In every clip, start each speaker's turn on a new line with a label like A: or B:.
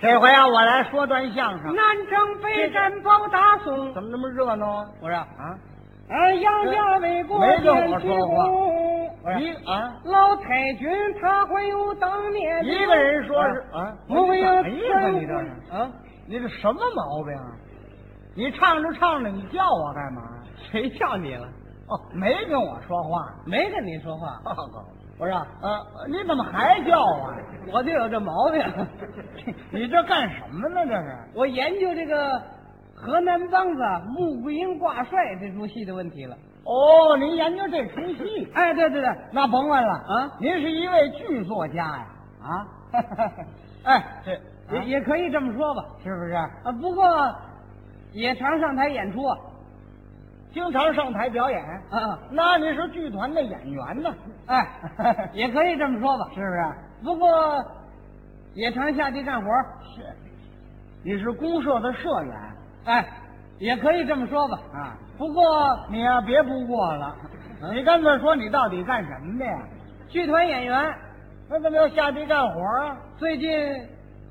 A: 这回啊，我来说段相声，
B: 南征北战包打松，
A: 怎么那么热闹啊？我说啊，
B: 哎，杨家为国
A: 没跟
B: 建
A: 我说话
B: 功。
A: 我说一啊，
B: 老太君他会有当年的
A: 一个人说哎是啊，
B: 我
A: 我
B: 为
A: 有
B: 了
A: 哎呀，你这是啊，你这什么毛病啊？你唱着唱着，你叫我干嘛呀？
C: 谁叫你了？
A: 哦，没跟我说话。
C: 没跟你说话，
A: 我说，呃，你怎么还叫啊？
C: 我就有这毛病。
A: 你这干什么呢？这是？
C: 我研究这个河南梆子啊穆桂英挂帅这出戏的问题了。
A: 哦，您研究这出戏，
C: 哎，对对对，
A: 那甭问了
C: 啊
A: 您是一位剧作家呀？啊， 哎，这
C: 也、
A: 啊
C: 也可以这么说吧。
A: 是不是
C: 啊，不过也常上台演出啊。
A: 经常上台表演？
C: 啊，
A: 那你是剧团的演员呢？
C: 哎，也可以这么说吧。
A: 是不是？
C: 不过也常下地干活儿。
A: 是，你是公社的社员
C: 哎，也可以这么说吧。
A: 啊？
C: 不过
A: 你呀、别不过了，
C: 嗯
A: 你干脆说你到底干什么的呀？
C: 剧团演员
A: 那怎么要下地干活啊？
C: 最近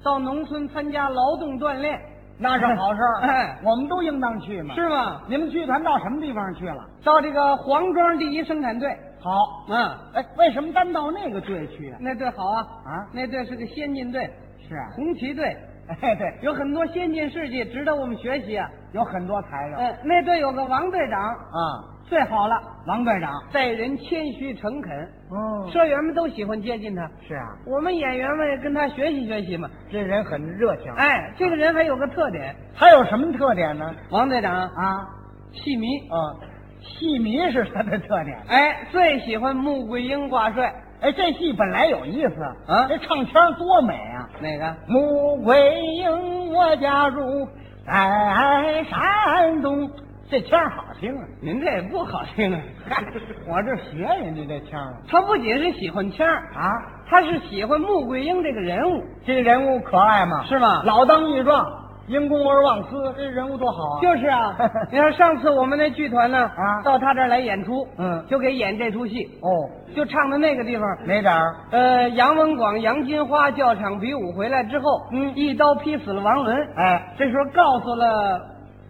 C: 到农村参加劳动锻炼，
A: 那是好事儿，
C: 哎
A: 我们都应当去嘛。
C: 是吗？
A: 你们剧团到什么地方去了？
C: 到这个黄庄第一生产队，
A: 好，
C: 嗯，
A: 哎，为什么单到那个队去啊？
C: 那队好啊，
A: 啊
C: 那队是个先进队，
A: 是啊，
C: 红旗队，
A: 哎，对，
C: 有很多先进事迹值得我们学习啊。
A: 有很多材料
C: 嗯，那队有个王队长，
A: 啊。
C: 最好了，
A: 王队长，
C: 待人谦虚诚恳，
A: 嗯，
C: 社员们都喜欢接近他，
A: 是啊，
C: 我们演员们也跟他学习学习嘛。
A: 这人很热情。，
C: 哎，这个人还有个特点，
A: 他有什么特点呢？
C: 王队长
A: 啊，
C: 戏迷，
A: 嗯，戏迷是他的特点。
C: 哎，最喜欢穆桂英挂帅，
A: 哎，这戏本来有意思
C: 啊
A: 这唱腔多美啊！
C: 哪个？
A: 穆桂英，我家住在山东，这腔儿好听啊。
C: 您这也不好听啊！
A: 嗨， 我这学人家这腔啊儿
C: 他不仅是喜欢谦儿，
A: 啊，
C: 他是喜欢穆桂英这个人物，
A: 这人物可爱嘛，
C: 是吗
A: 老当益壮，因公而忘私，这人物多好啊！，
C: 就是啊 你看上次我们那剧团呢，
A: 啊
C: 到他这儿来演出，
A: 嗯
C: 就给演这出戏，
A: 哦，
C: 就唱的那个地方，
A: 哪点儿？
C: 呃，杨文广、杨金花教场比武回来之后，
A: 嗯
C: 一刀劈死了王伦，
A: 哎
C: 这时候告诉了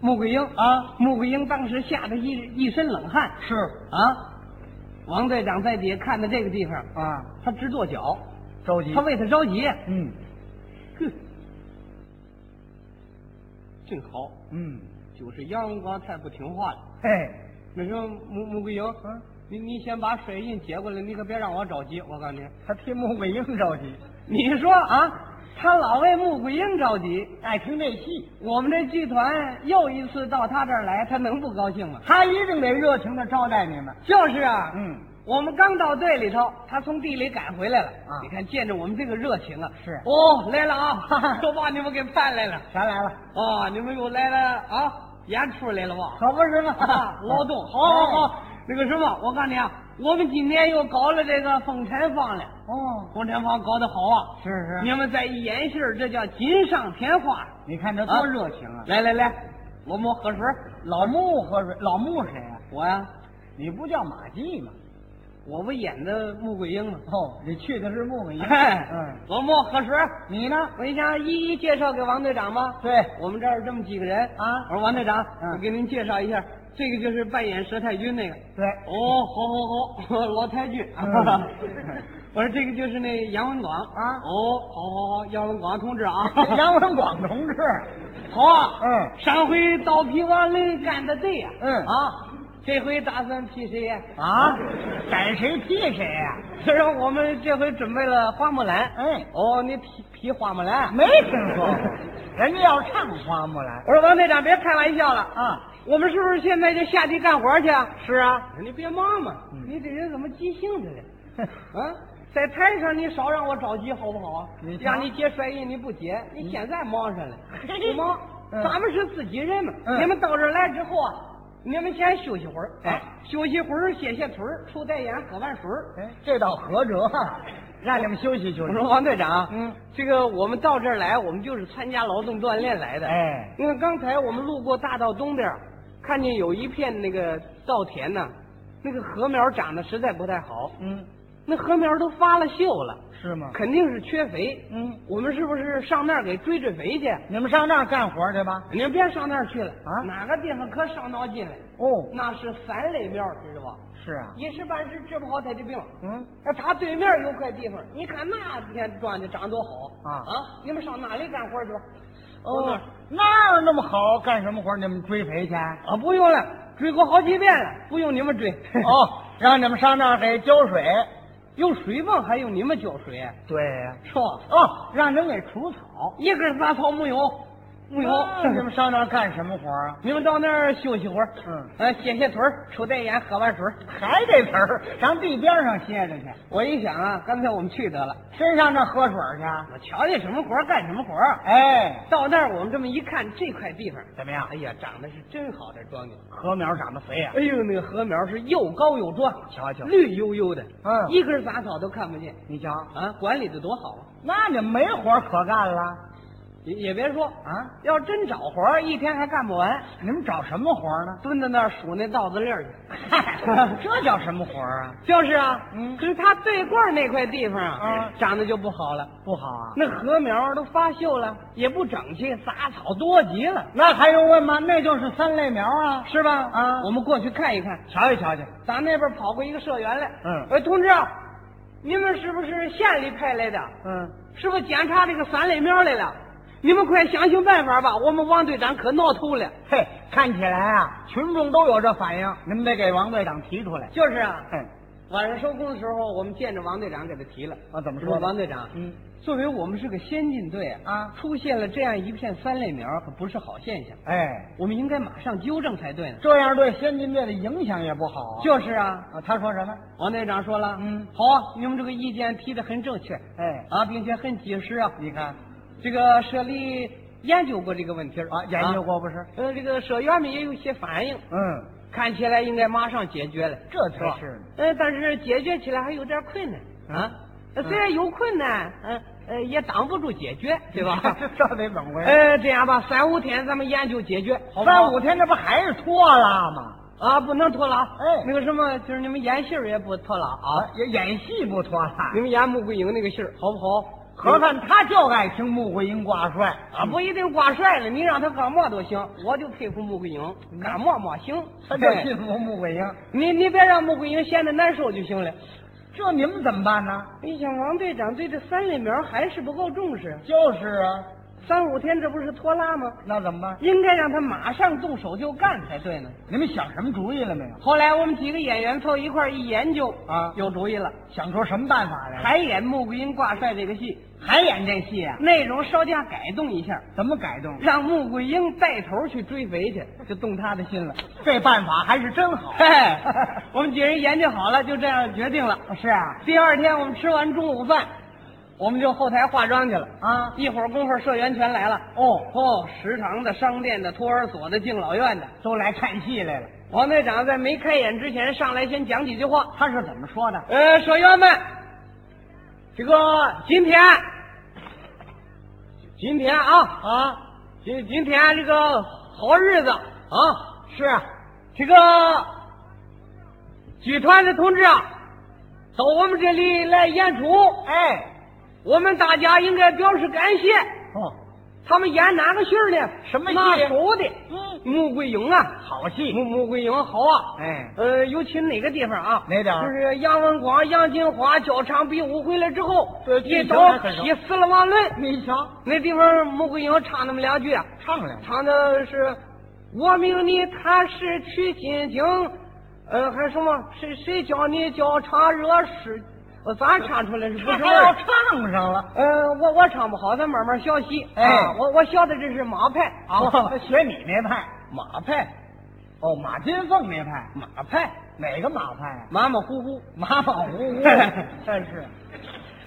C: 穆桂英，
A: 啊，
C: 穆桂英当时吓得一一身冷汗
A: 是
C: 啊，王队长在底下看的这个地方，
A: 啊，
C: 他直跺脚，
A: 着急
C: 他。为他着急，
A: 嗯
C: 哼，正好
A: 嗯，
C: 就是杨文广太不听话了。
A: 嘿，
C: 那什么穆穆桂英，
A: 嗯
C: 你你先把水印接过来，你可别让我着急。我告诉你，
A: 他替穆桂英着急，
C: 你说啊，他老为穆桂英着急。
A: 爱听这戏，
C: 我们这剧团又一次到他这儿来，他能不高兴吗？
A: 他一定得热情的招待你们。
C: 就是啊，
A: 嗯，
C: 我们刚到队里头，他从地里赶回来了。
A: 啊
C: 你看见着我们这个热情啊，
A: 是
C: 哦，来了啊， 都把你们给盼来了。
A: 全来了，
C: 哦，你们又来了啊，演出来了哦吧？
A: 可不是嘛
C: 啊， 劳动，
A: 哎
C: 好，好，好，那个什么，我告诉你啊，我们今年又搞了这个风尘坊了，
A: 哦，
C: 风尘坊搞得好啊，
A: 是是，
C: 你们再一演戏儿，这叫锦上添花。
A: 你看这多热情啊！
C: 来来来，老穆喝水儿，
A: 老穆喝水，老穆谁啊？
C: 我呀、
A: 你不叫马季吗？
C: 我不演的穆桂英吗？
A: 哦，你去的是穆桂英。
C: 哎，
A: 嗯，
C: 老穆喝水儿，
A: 你呢？
C: 我一想一一介绍给王队长吧。
A: 对，
C: 我们这儿有这么几个人
A: 啊
C: 我说王队长，
A: 嗯
C: 我给您介绍一下，这个就是扮演佘太君那个。
A: 对，
C: 哦， 好好好，老太君。
A: 嗯
C: 我说这个就是那杨文广
A: 啊，
C: 哦，好好好，杨文广同志啊
A: 杨文广同志，
C: 好啊。
A: 嗯
C: 上回刀劈王伦干的对呀、
A: 嗯
C: 啊，这回打算劈谁呀、
A: 啊，逮谁劈谁呀、
C: 这是我们这回准备了花木兰。
A: 哎
C: 哦，你劈劈花木兰？
A: 没听说过，人家要唱花木兰
C: 我说王队长，别开玩笑了啊！
A: 啊，
C: 我们是不是现在就下地干活去啊？
A: 是啊，
C: 你别忙嘛，
A: 嗯
C: 你这人怎么急性子呢？啊，在台上你少让我着急好不好啊
A: 你？瞧
C: 让你结摔印你不结，你现在忙上了， 不忙。
A: 嗯
C: 咱们是自己人嘛，
A: 嗯
C: 你们到这儿来之后啊，你们先休息会儿，啊
A: 哎，
C: 休息会儿，歇歇腿儿，抽袋烟，喝碗水儿。
A: 哎，这倒合辙啊，让你们休息休
C: 我
A: 息。
C: 说王队长，啊
A: 嗯，
C: 这个我们到这儿来，我们就是参加劳动锻炼来的。
A: 哎，
C: 因为刚才我们路过大道东边儿，看见有一片那个稻田呐，那个禾苗长得实在不太好。
A: 嗯，
C: 那禾苗都发了锈了，
A: 是吗？
C: 肯定是缺肥。
A: 嗯，
C: 我们是不是上那儿给追追肥去？
A: 你们上那儿干活去吧。
C: 您别上那儿去了
A: 啊
C: 哪个地方可伤脑筋了？
A: 哦，
C: 那是三类苗，知道吧？
A: 是啊，
C: 一时半时治不好他的病。
A: 嗯，
C: 那他对面有块地方，你看那天庄稼长多
A: 啊
C: 好啊！你们上那里干活去吧。
A: 哦，那儿那么好，干什么活？你们追肥去？
C: 啊，不用了，追过好几遍了，不用 你们追。
A: 哦，让你们上那儿给浇水。
C: 用水泵还用你们浇水？
A: 对呀、
C: 是吧？
A: 哦，让你们给除草。
C: 一根杂草没有，没有。
A: 那你们上那儿干什么活啊？
C: 你们到那儿休息会儿，
A: 嗯，
C: 呃，歇歇腿儿，抽袋烟，喝完水儿。
A: 还得词儿，上地边上歇着去，
C: 我一想啊，干脆我们去得了。
A: 身上那喝水去。
C: 我瞧见什么活儿干什么活儿。啊
A: 哎，
C: 到那儿我们这么一看，这块地方，
A: 怎么样
C: 哎？呀，长得是真好，这庄稼。
A: 禾苗长得肥呀、
C: 哎呦，那个禾苗是又高又壮，
A: 瞧瞧
C: 绿油油的，
A: 嗯
C: 一根杂草都看不见
A: 你瞧，
C: 啊，管理的多好啊！
A: 那你没活可干了
C: 也也别说，
A: 啊？
C: 要真找活儿，一天还干不完，
A: 你们找什么活呢？
C: 蹲在那儿数那稻子粒儿去。
A: 这叫什么活啊？
C: 就是啊，
A: 嗯
C: 可是他对罐儿那块地方啊
A: 啊，
C: 长得就不好了，
A: 不好啊？
C: 那禾苗都发锈了，也不整齐，杂草多极了，
A: 那还用问吗？那就是三类苗啊，
C: 是吧？
A: 啊
C: 我们过去看一看。
A: 瞧一瞧去。
C: 打那边跑过一个社员来，
A: 嗯
C: 喂，同志啊，你们是不是县里派来的？
A: 嗯，
C: 是不是检查这个三类苗来了？你们快想想办法吧，我们王队长可闹头了。
A: 嘿，看起来啊，群众都有这反应，你们得给王队长提出来。
C: 就是啊，
A: 嘿，
C: 晚上收工的时候，我们见着王队长给他提了。
A: 啊怎么说
C: 我
A: 呢
C: 说王队长，
A: 嗯，
C: 作为我们是个先进队
A: 啊
C: 出现了这样一片三类苗，可不是好现象，
A: 哎，
C: 我们应该马上纠正才对呢。
A: 这样对先进队的影响也不好啊。
C: 就是啊，
A: 啊，他说什么？
C: 王队长说了，
A: 嗯
C: 好啊，你们这个意见提的很正确，
A: 哎，
C: 啊，并且很及时啊。
A: 你看
C: 这个社里研究过这个问题儿
A: 啊，研究。过不是？
C: 啊呃，这个社员们也有些反应，
A: 嗯，
C: 看起来应该马上解决了，
A: 这
C: 是吧
A: 才是呢。
C: 呃，但是解决起来还有点困难啊。呃
A: 嗯？
C: 虽然有困难，呃呃，也挡不住解决，对吧
A: 嗯 这得怎么回事？
C: 呃，这样吧，三五天咱们研究解决，好不好
A: 哎三五天这不还是拖拉吗？
C: 啊，不能拖拉。
A: 哎
C: 那个什么，就是你们演戏儿也不拖拉啊，
A: 啊，演演戏不拖拉
C: 你，们演穆桂英那个戏儿好不好？
A: 合看他就爱听穆桂英挂帅
C: 啊，不一定挂帅了，你让他干嘛都行，我就佩服穆桂英，
A: 嗯
C: 干嘛嘛行。
A: 他就
C: 对
A: 信服穆桂英，
C: 你你别让穆桂英闲得难受就行了。
A: 这你们怎么办呢？
C: 你想，哎王队长对这三类苗还是不够重视，
A: 就是啊，
C: 三五天这不是拖拉吗？
A: 那怎么办？
C: 应该让他马上动手就干才对呢。
A: 你们想什么主意了啊没有？
C: 后来我们几个演员凑一块儿一研究
A: 啊
C: 有主意了，
A: 想出什么办法来？
C: 还演穆桂英挂帅这个戏，
A: 还演这戏啊？
C: 内容稍加改动一下，
A: 怎么改动？
C: 让穆桂英带头去追肥去，就动他的心了。
A: 这办法还是真好。
C: 嘿，我们几人研究好了，就这样决定了。
A: 是啊，
C: 第二天我们吃完中午饭，我们就后台化妆去了。
A: 啊，
C: 一会儿功夫，社员全来了。
A: 哦
C: 哦，食堂的、商店的、托儿所的、敬老院的。
A: 都来看戏来了。
C: 王队长在没开演之前，上来先讲几句话。
A: 他是怎么说的？
C: 呃，社员们，这个今天，今天啊，
A: 啊，
C: 今今天这个好日子啊，
A: 是啊，
C: 这个剧团的同志啊，到我们这里来演出，
A: 哎，
C: 我们大家应该表示感谢。
A: 哦，
C: 他们演哪个戏儿呢？
A: 什么戏
C: 拿手的，
A: 嗯
C: 穆桂英啊，
A: 好戏，
C: 穆穆桂英好啊。
A: 哎，
C: 呃，尤其哪个地方啊？
A: 哪点儿
C: 就是杨文广、杨金花交场比武回来之后，
A: 对
C: 一
A: 剧情
C: 刀
A: 还很熟
C: 劈死了王伦。
A: 你瞧，
C: 那地方穆桂英唱那么两句啊，
A: 唱两句
C: 唱的是“我命你踏实去心经”，呃，还什么？谁谁教你交叉惹事？我咋唱出来是不
A: 这
C: 是味
A: 还要
C: 儿？
A: 唱上了。
C: 呃，我我唱不好，咱慢慢学习。
A: 哎
C: 啊我我学的这是马派
A: 哦，学你那派
C: 马派，
A: 哦，马金凤那派，
C: 马派，
A: 哪个马派啊？
C: 马马虎虎。
A: 马马虎 虎真是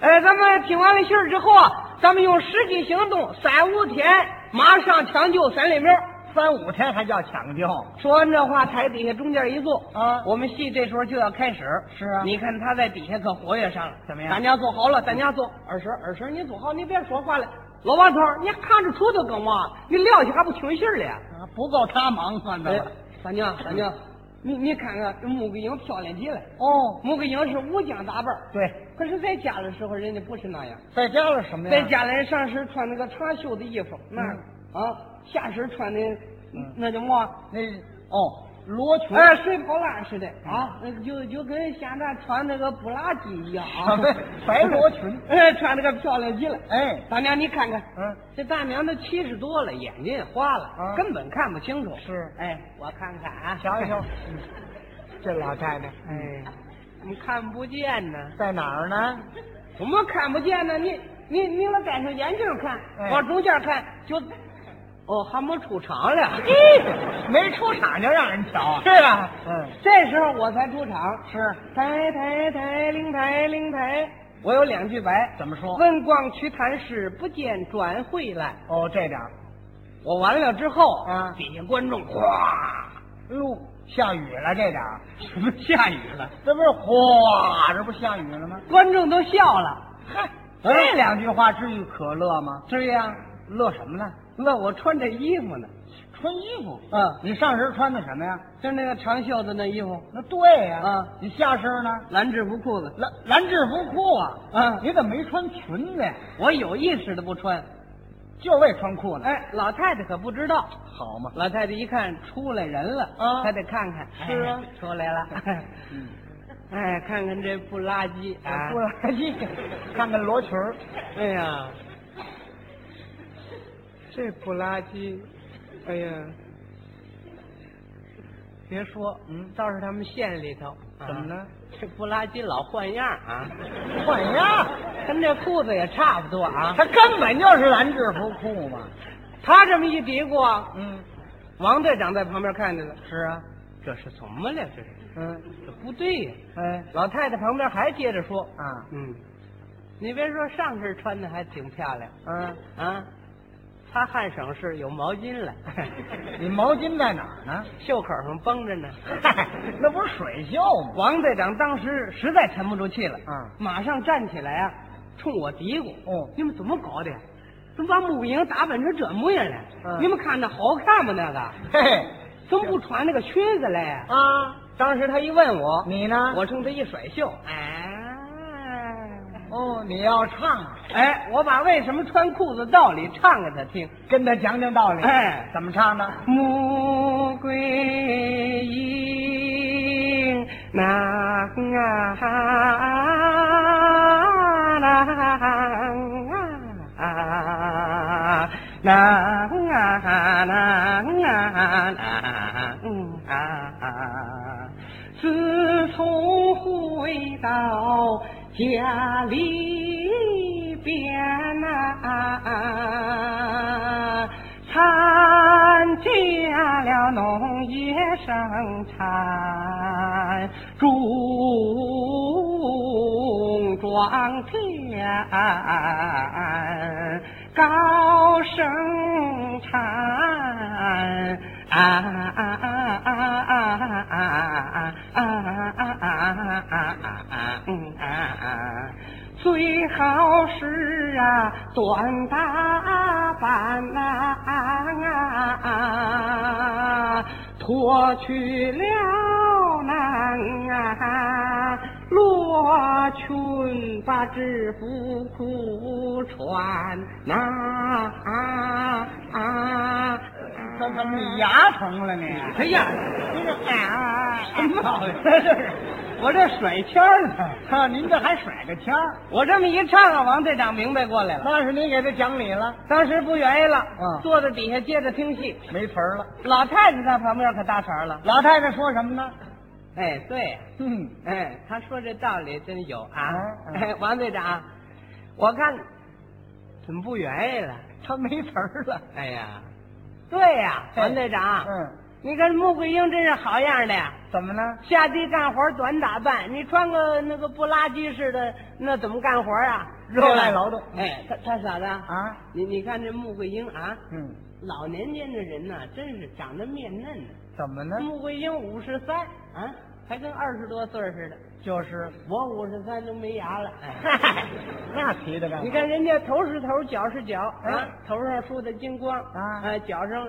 C: 呃，咱们听完了信儿之后啊，咱们用实际行动，三五天马上抢救三里苗。
A: 三五天还叫抢救，
C: 说完这话，台底下中间一坐
A: 啊
C: 我们戏这时候就要开始。
A: 是啊
C: 你看他在底下可活跃上了，
A: 怎么样
C: 咱家坐好了，咱家坐。二婶，二婶，你坐好，你别说话了。老王头，你看着出头干嘛？你撂下还不听信儿了呀？
A: 啊不够他忙算的
C: 哎
A: 了。，
C: 三娘，三娘，你你看看，这穆桂英漂亮极了。
A: 哦，
C: 穆桂英是武将打扮儿，
A: 对，
C: 可是在家的时候人家不是那样，
A: 在家了什么呀？
C: 在家里上身穿那个长袖的衣服，那个啊，下身穿的那叫么？
A: 那哦，罗裙。
C: 哎，水泡烂似的啊，那个就就跟现在穿那个布拉吉一样啊，
A: 对 白罗裙，
C: 哎，穿那个漂亮极了。
A: 哎，
C: 大娘，你看看，
A: 嗯，
C: 这大娘都七十多了，眼睛也花了，
A: 啊
C: 根本看不清楚。
A: 是
C: 哎，我看看啊，
A: 想想，嗯这老太太，
C: 哎， 你看不见呢？
A: 在哪儿呢？
C: 怎么看不见呢？你你你老戴上眼镜看，
A: 哎
C: 往中间看就，哦，还没出场了。
A: 没出场就让人瞧啊！
C: 是啊，
A: 嗯，
C: 这时候我才出场。
A: 是
C: 抬抬抬，灵抬灵抬，我有两句白。
A: 怎么说？
C: 问广渠谈事，不见转回来。
A: 哦，这点儿
C: 我完了之后，
A: 啊
C: 底下观众哗，
A: 路下雨了，这点儿
C: 什么下雨了？
A: 这不是哗，这不下雨了吗？
C: 观众都笑了。
A: 嗨，
C: 嗯
A: 这两句话至于可乐吗？
C: 对呀、
A: 乐什么呢？
C: 那我穿这衣服呢，
A: 穿衣服。
C: 嗯
A: 你上身穿的什么呀？
C: 就那个长袖子那衣服，
A: 那对呀、
C: 啊
A: 你下身呢？
C: 蓝制服裤子，
A: 蓝蓝制服裤啊。
C: 嗯
A: 你怎么没穿裙子呀？
C: 我有意识的不穿。
A: 就为穿裤子。
C: 哎，老太太可不知道，
A: 好嘛。
C: 老太太一看出来人了，
A: 啊
C: 还得看看，
A: 是啊
C: 哎出来 了，
A: 嗯，
C: 哎，看看这布拉吉啊
A: 不，然你看看罗裙儿
C: 哎呀，这布拉吉，哎呀，别说，嗯，倒是他们县里头，
A: 怎么了？
C: 这布拉吉老换样儿 啊，
A: 换样，
C: 跟这裤子也差不多啊。
A: 他根本就是蓝制服裤嘛。
C: 他这么一嘀咕啊，
A: 嗯，
C: 王队长在旁边看见了，
A: 是啊。
C: 这是怎么了？这是
A: 嗯，
C: 这不对呀、
A: 哎
C: 老太太旁边还接着说
A: 啊
C: 嗯，你别说上身穿的还挺漂亮
A: 嗯，
C: 啊，擦汗省事，有毛巾 了，
A: 你毛巾在哪儿呢？
C: 袖口上绷着呢。
A: 嗨，那不是水袖吗？
C: 王队长当时实在沉不住气了，
A: 啊
C: 马上站起来啊，冲我嘀咕：“
A: 哦
C: 你们怎么搞的呀？怎么把穆桂英打扮成这模样了？
A: 嗯
C: 你们看着好看吗？那个
A: 嘿嘿
C: 怎么不穿那个裙子来呀、
A: 啊，
C: 当时他一问我，
A: 你呢？
C: 我冲他一甩袖，
A: 哦，你要唱啊，
C: 哎，我把为什么穿裤子道理唱给他听。
A: 跟他讲讲道理。
C: 哎
A: 怎么唱的？
C: 穆桂英，那啊那啊那啊那啊那啊，自从回到家里边呐、参加了农业生产，种庄田，高生产。啊啊啊啊啊啊啊啊啊！最好是啊，短打扮呐、脱去了那啊罗裙，把制服裤穿呐啊啊啊！
A: 这怎么你牙疼了你？
C: 哎呀，
A: 这是啊，
C: 什么毛病
A: 这是
C: 我这甩签儿呢。
A: 啊，您这还甩个签儿，
C: 我这么一唱啊，王队长明白过来了，
A: 那是你给他讲理了，
C: 当时不愿意了，
A: 嗯
C: 坐在底下接着听戏。
A: 没词儿了。
C: 老太太在旁边可搭茬了，
A: 老太太说什么呢？
C: 哎，对，
A: 嗯，
C: 哎，他说这道理真有啊。
A: 嗯嗯
C: 哎，王队长，我看怎么不愿意了？
A: 她没词儿了。
C: 哎呀，对呀、
A: 哎
C: 王队长，
A: 嗯，
C: 你看穆桂英真是好样的呀。
A: 怎么了？
C: 下地干活短打扮，你穿个那个布拉吉似的，那怎么干活啊？
A: 热爱劳动
C: 哎，他他嫂子啊，
A: 啊，
C: 你你看这穆桂英啊，
A: 嗯，
C: 老年间的人呐、真是长得面嫩呢、
A: 怎么呢？
C: 穆桂英五十三啊，还跟二十多岁儿似的。
A: 就是，
C: 我五十三都没 牙了。哎，
A: 嗨，那提的干
C: 你
A: 嘛？
C: 看人家头是头，脚是脚啊
A: 哎，
C: 头上梳的金光
A: 啊
C: 哎脚上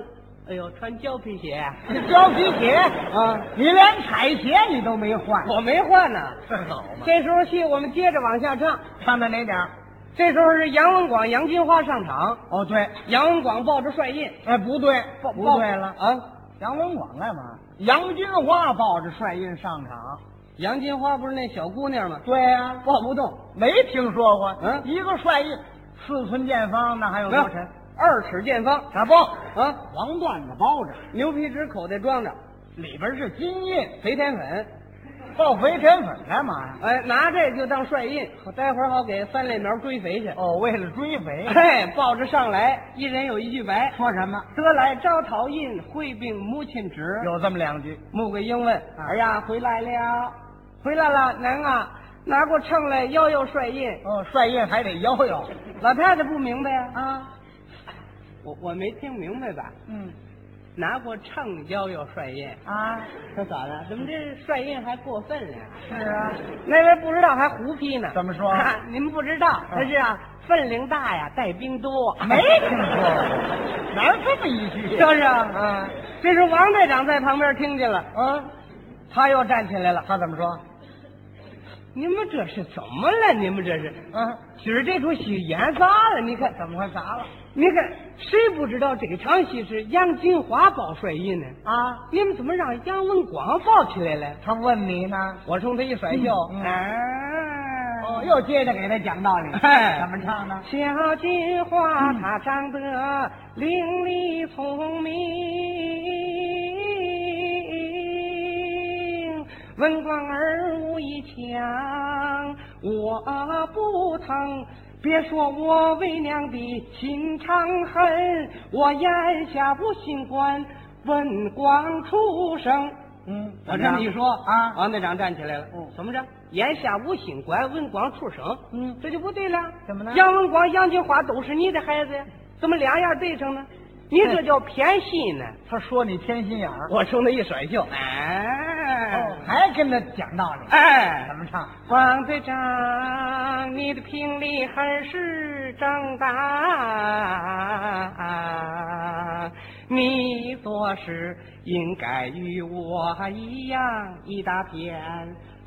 C: 哎呦，穿胶皮鞋，
A: 胶皮鞋
C: 啊
A: 你连彩鞋你都没换，
C: 我没 换呢。
A: 好嘛？
C: 这时候戏我们接着往下唱，
A: 唱到哪点儿？
C: 这时候是杨文广、杨金花上场，
A: 哦，对，
C: 杨文广抱着帅印，
A: 哎，不对，
C: 抱
A: 不
C: 抱
A: 对了，
C: 啊！
A: 杨文广干嘛？杨金花抱着帅印上场。
C: 杨金花不是那小姑娘吗？
A: 对呀、
C: 抱不动，
A: 没听说过。
C: 嗯
A: 一个帅印，四寸见方，那还有
C: 没有
A: 多沉？
C: 二尺见方
A: 啥包？
C: 啊，
A: 黄缎子包着，
C: 牛皮纸口袋装着
A: 里边是金印，
C: 肥田粉，
A: 爆肥田粉干嘛呀？
C: 哎，拿这个就当帅印，我待会儿好给三类苗追肥去。
A: 哦，为了追肥。
C: 嘿，抱着上来，一人有一句白，
A: 说什么？
C: 得来招桃印，会并母亲侄。
A: 有这么两句。
C: 穆桂英问：“
A: 啊
C: 哎呀，回来了，回来了，娘啊，拿过秤来，腰有帅印。
A: 哦，帅印还得摇摇。”
C: 老太太不明白呀、
A: 啊，
C: 我我没听明白吧？
A: 嗯
C: 拿过秤，腰有帅印，
A: 啊，
C: 这咋了？怎么这帅印还过分了？
A: 是啊，
C: 那位不知道还胡批呢？
A: 怎么说嗯
C: 啊 您不知道，他是啊，分量大呀，带兵多。
A: 没听说过，哪有这么一句？
C: 就是啊，
A: 啊
C: 这是王队长在旁边听见了，
A: 啊，
C: 他又站起来了。
A: 他怎么说？
C: 你们这是怎么了？你们这是，
A: 啊，
C: 今儿这出戏演砸了？你看，
A: 怎么还砸了？
C: 你看，谁不知道这场戏是杨金花抱帅印呢？
A: 啊，
C: 你们怎么让杨文广抱起来了？
A: 他问你呢。
C: 我冲他一甩袖，
A: 嗯嗯
C: 啊
A: 哦，又接着给他讲道理，
C: 哎
A: 怎么唱呢？
C: 小金花她长得伶俐聪明，文官儿武艺强，我不疼。别说我为娘的心肠狠，我眼下不心官，文官出生。
A: 嗯，
C: 我这么一说
A: 啊
C: 王队长站起来了。
A: 嗯
C: 怎么着？眼下无心官，文广出生。
A: 嗯
C: 这就不对了。
A: 怎么了
C: 杨文广、杨金花都是你的孩子呀，怎么两样对上呢？你这叫偏心呢。
A: 他说你偏心眼儿，
C: 我冲他一甩袖，哎
A: 哦，还跟他讲道理，
C: 哎
A: 怎，么唱？
C: 王队长，你的评理还是正当，你做事应该与我一样一大片。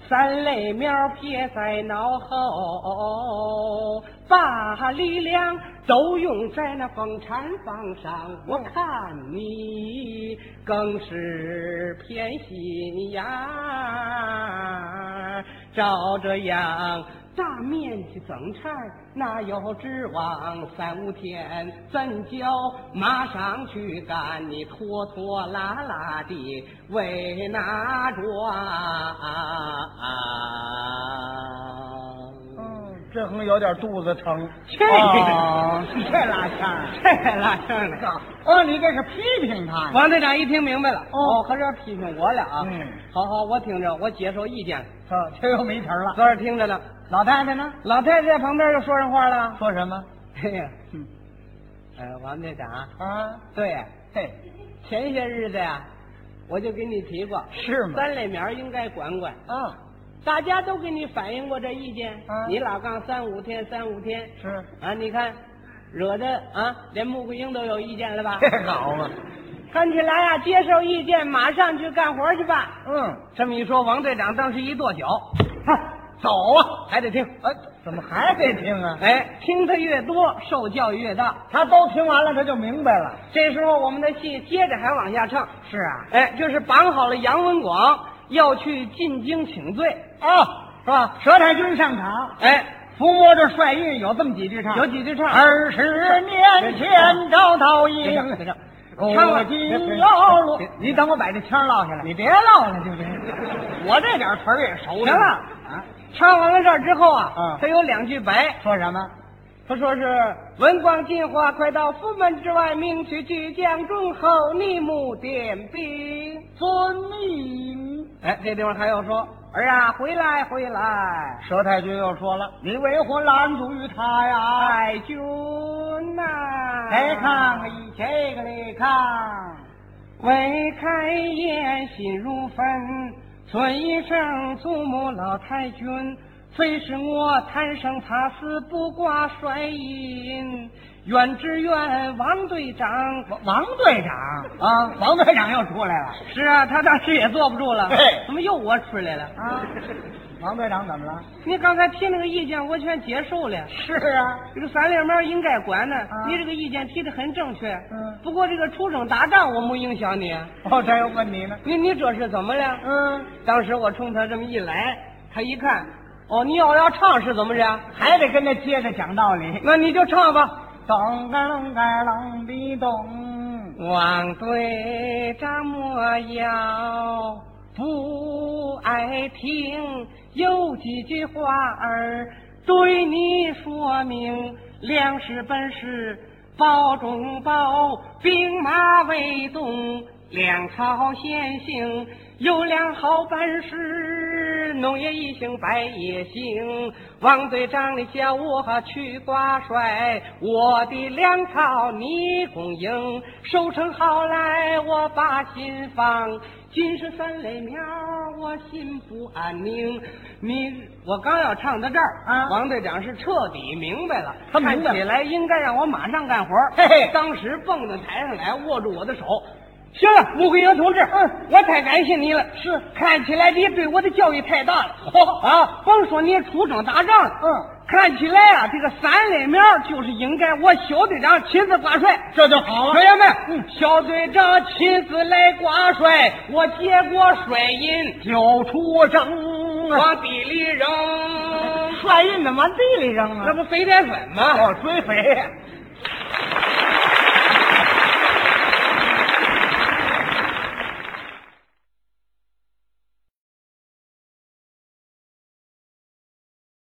C: 三类苗撇在脑后，把力量都用在那风禅房上。我看你更是偏心眼儿照这样，大面积整产哪有指望？三五天怎就马上去干？你拖拖拉拉的为哪桩？
A: 嗯，这哼有点肚子疼，
C: 这
A: 哦这拉线儿，
C: 这拉上了。
A: 哦，你这是批评他呀？
C: 王队长一听明白了，
A: 哦
C: 合着批评我了啊！
A: 嗯
C: 好好，我听着，我接受意见。
A: 这这又没词儿了。
C: 昨儿听着呢，
A: 老太太呢？
C: 老太太在旁边又说上话了。
A: 说什么？
C: 嘿呀，
A: 嗯
C: 呃，王队长，
A: 啊，
C: 对呀，
A: 嘿，
C: 前些日子呀，我就给你提过，
A: 是吗？
C: 三类苗应该管管。
A: 啊，
C: 大家都给你反映过这意见，
A: 啊
C: 你老杠三五天，三五天
A: 是，
C: 啊，你看，惹得啊，连穆桂英都有意见了吧？
A: 这好啊嘛？
C: 看起来呀，接受意见，马上去干活去吧。
A: 嗯，
C: 这么一说，王队长当时一跺脚，
A: 哼走啊！
C: 还得听。
A: 哎，怎么还得听啊？
C: 哎，听得越多，受教育越大。
A: 他都听完了，他就明白了。
C: 这时候我们的戏接着还往下唱，
A: 是啊，
C: 哎，就是绑好了杨文广要去进京请罪，
A: 哦，是吧？佘太君上场，
C: 哎，
A: 抚摸着帅印，有这么几句唱，
C: 有几句唱，
A: 二十年前招桃英，
C: 别唱别唱
A: 我今要落
C: 别别别别别。
A: 你等我把这腔落下来，你别落了，就别。我这点词儿也熟行
C: 行了
A: 了
C: 啊，唱完了这儿之后啊，
A: 嗯
C: 他有两句白，
A: 说什么？
C: 他说是文广进化，快到府门之外，命取巨将忠厚逆母点兵。
A: 遵命。
C: 哎，这地方还要说儿啊，回来回来，
A: 佘太君又说了：“你为何拦阻于他呀？
C: 爱君呐、哎
A: 来看一这个来看，
C: 未开言，心如焚。存一声祖母老太君，非是我贪生怕死，不挂帅印。愿只愿王队长
A: 王王队长，
C: 啊，
A: 王队长又出来了
C: 是啊，他当时也坐不住了
A: 嘿。
C: 怎么又我出来了？
A: 啊！王队长怎么了？
C: 你刚才提那个意见，我全接受了。
A: 是啊，
C: 这个三连门应该管呢，
A: 啊
C: 你这个意见提的很正确。
A: 嗯
C: 不过这个出征打仗我没影响你，
A: 哦，这又问你呢。
C: 你你这是怎么了？
A: 嗯，
C: 当时我冲他这么一来，他一看，哦，你要要唱是怎么着？
A: 还得跟他接着讲道理。
C: 那你就唱吧。
A: 咚个隆个啷比咚，
C: 王队长莫要不爱听，有几句话儿对你说明：粮食本是包中包，兵马未动，粮草先行。有粮好本事，农业一行百业兴。王队长，你叫我去挂帅，我的粮草你供应，收成好来我把心放。今是三雷苗，我心不安宁。你，我刚要唱到这儿，
A: 啊
C: 王队长是彻底明白了，
A: 他明白了
C: 看起来应该让我马上干活。
A: 嘿嘿
C: 当时蹦到台上来，握住我的手。行了，穆桂英同志，嗯，我太感谢你了。是，看起来你对我的教育太大了。啊，甭说你出征打仗了，
A: 嗯，
C: 看起来啊，这个三类苗就是应该我小队长亲自挂帅。
A: 这就好啊
C: 学员们，
A: 嗯
C: 小队长亲自来挂帅，我接过帅印
A: 九出征啊，
C: 往地里扔，
A: 帅印怎么往地里扔啊
C: 那？不肥宅粉吗？
A: 哦，追肥。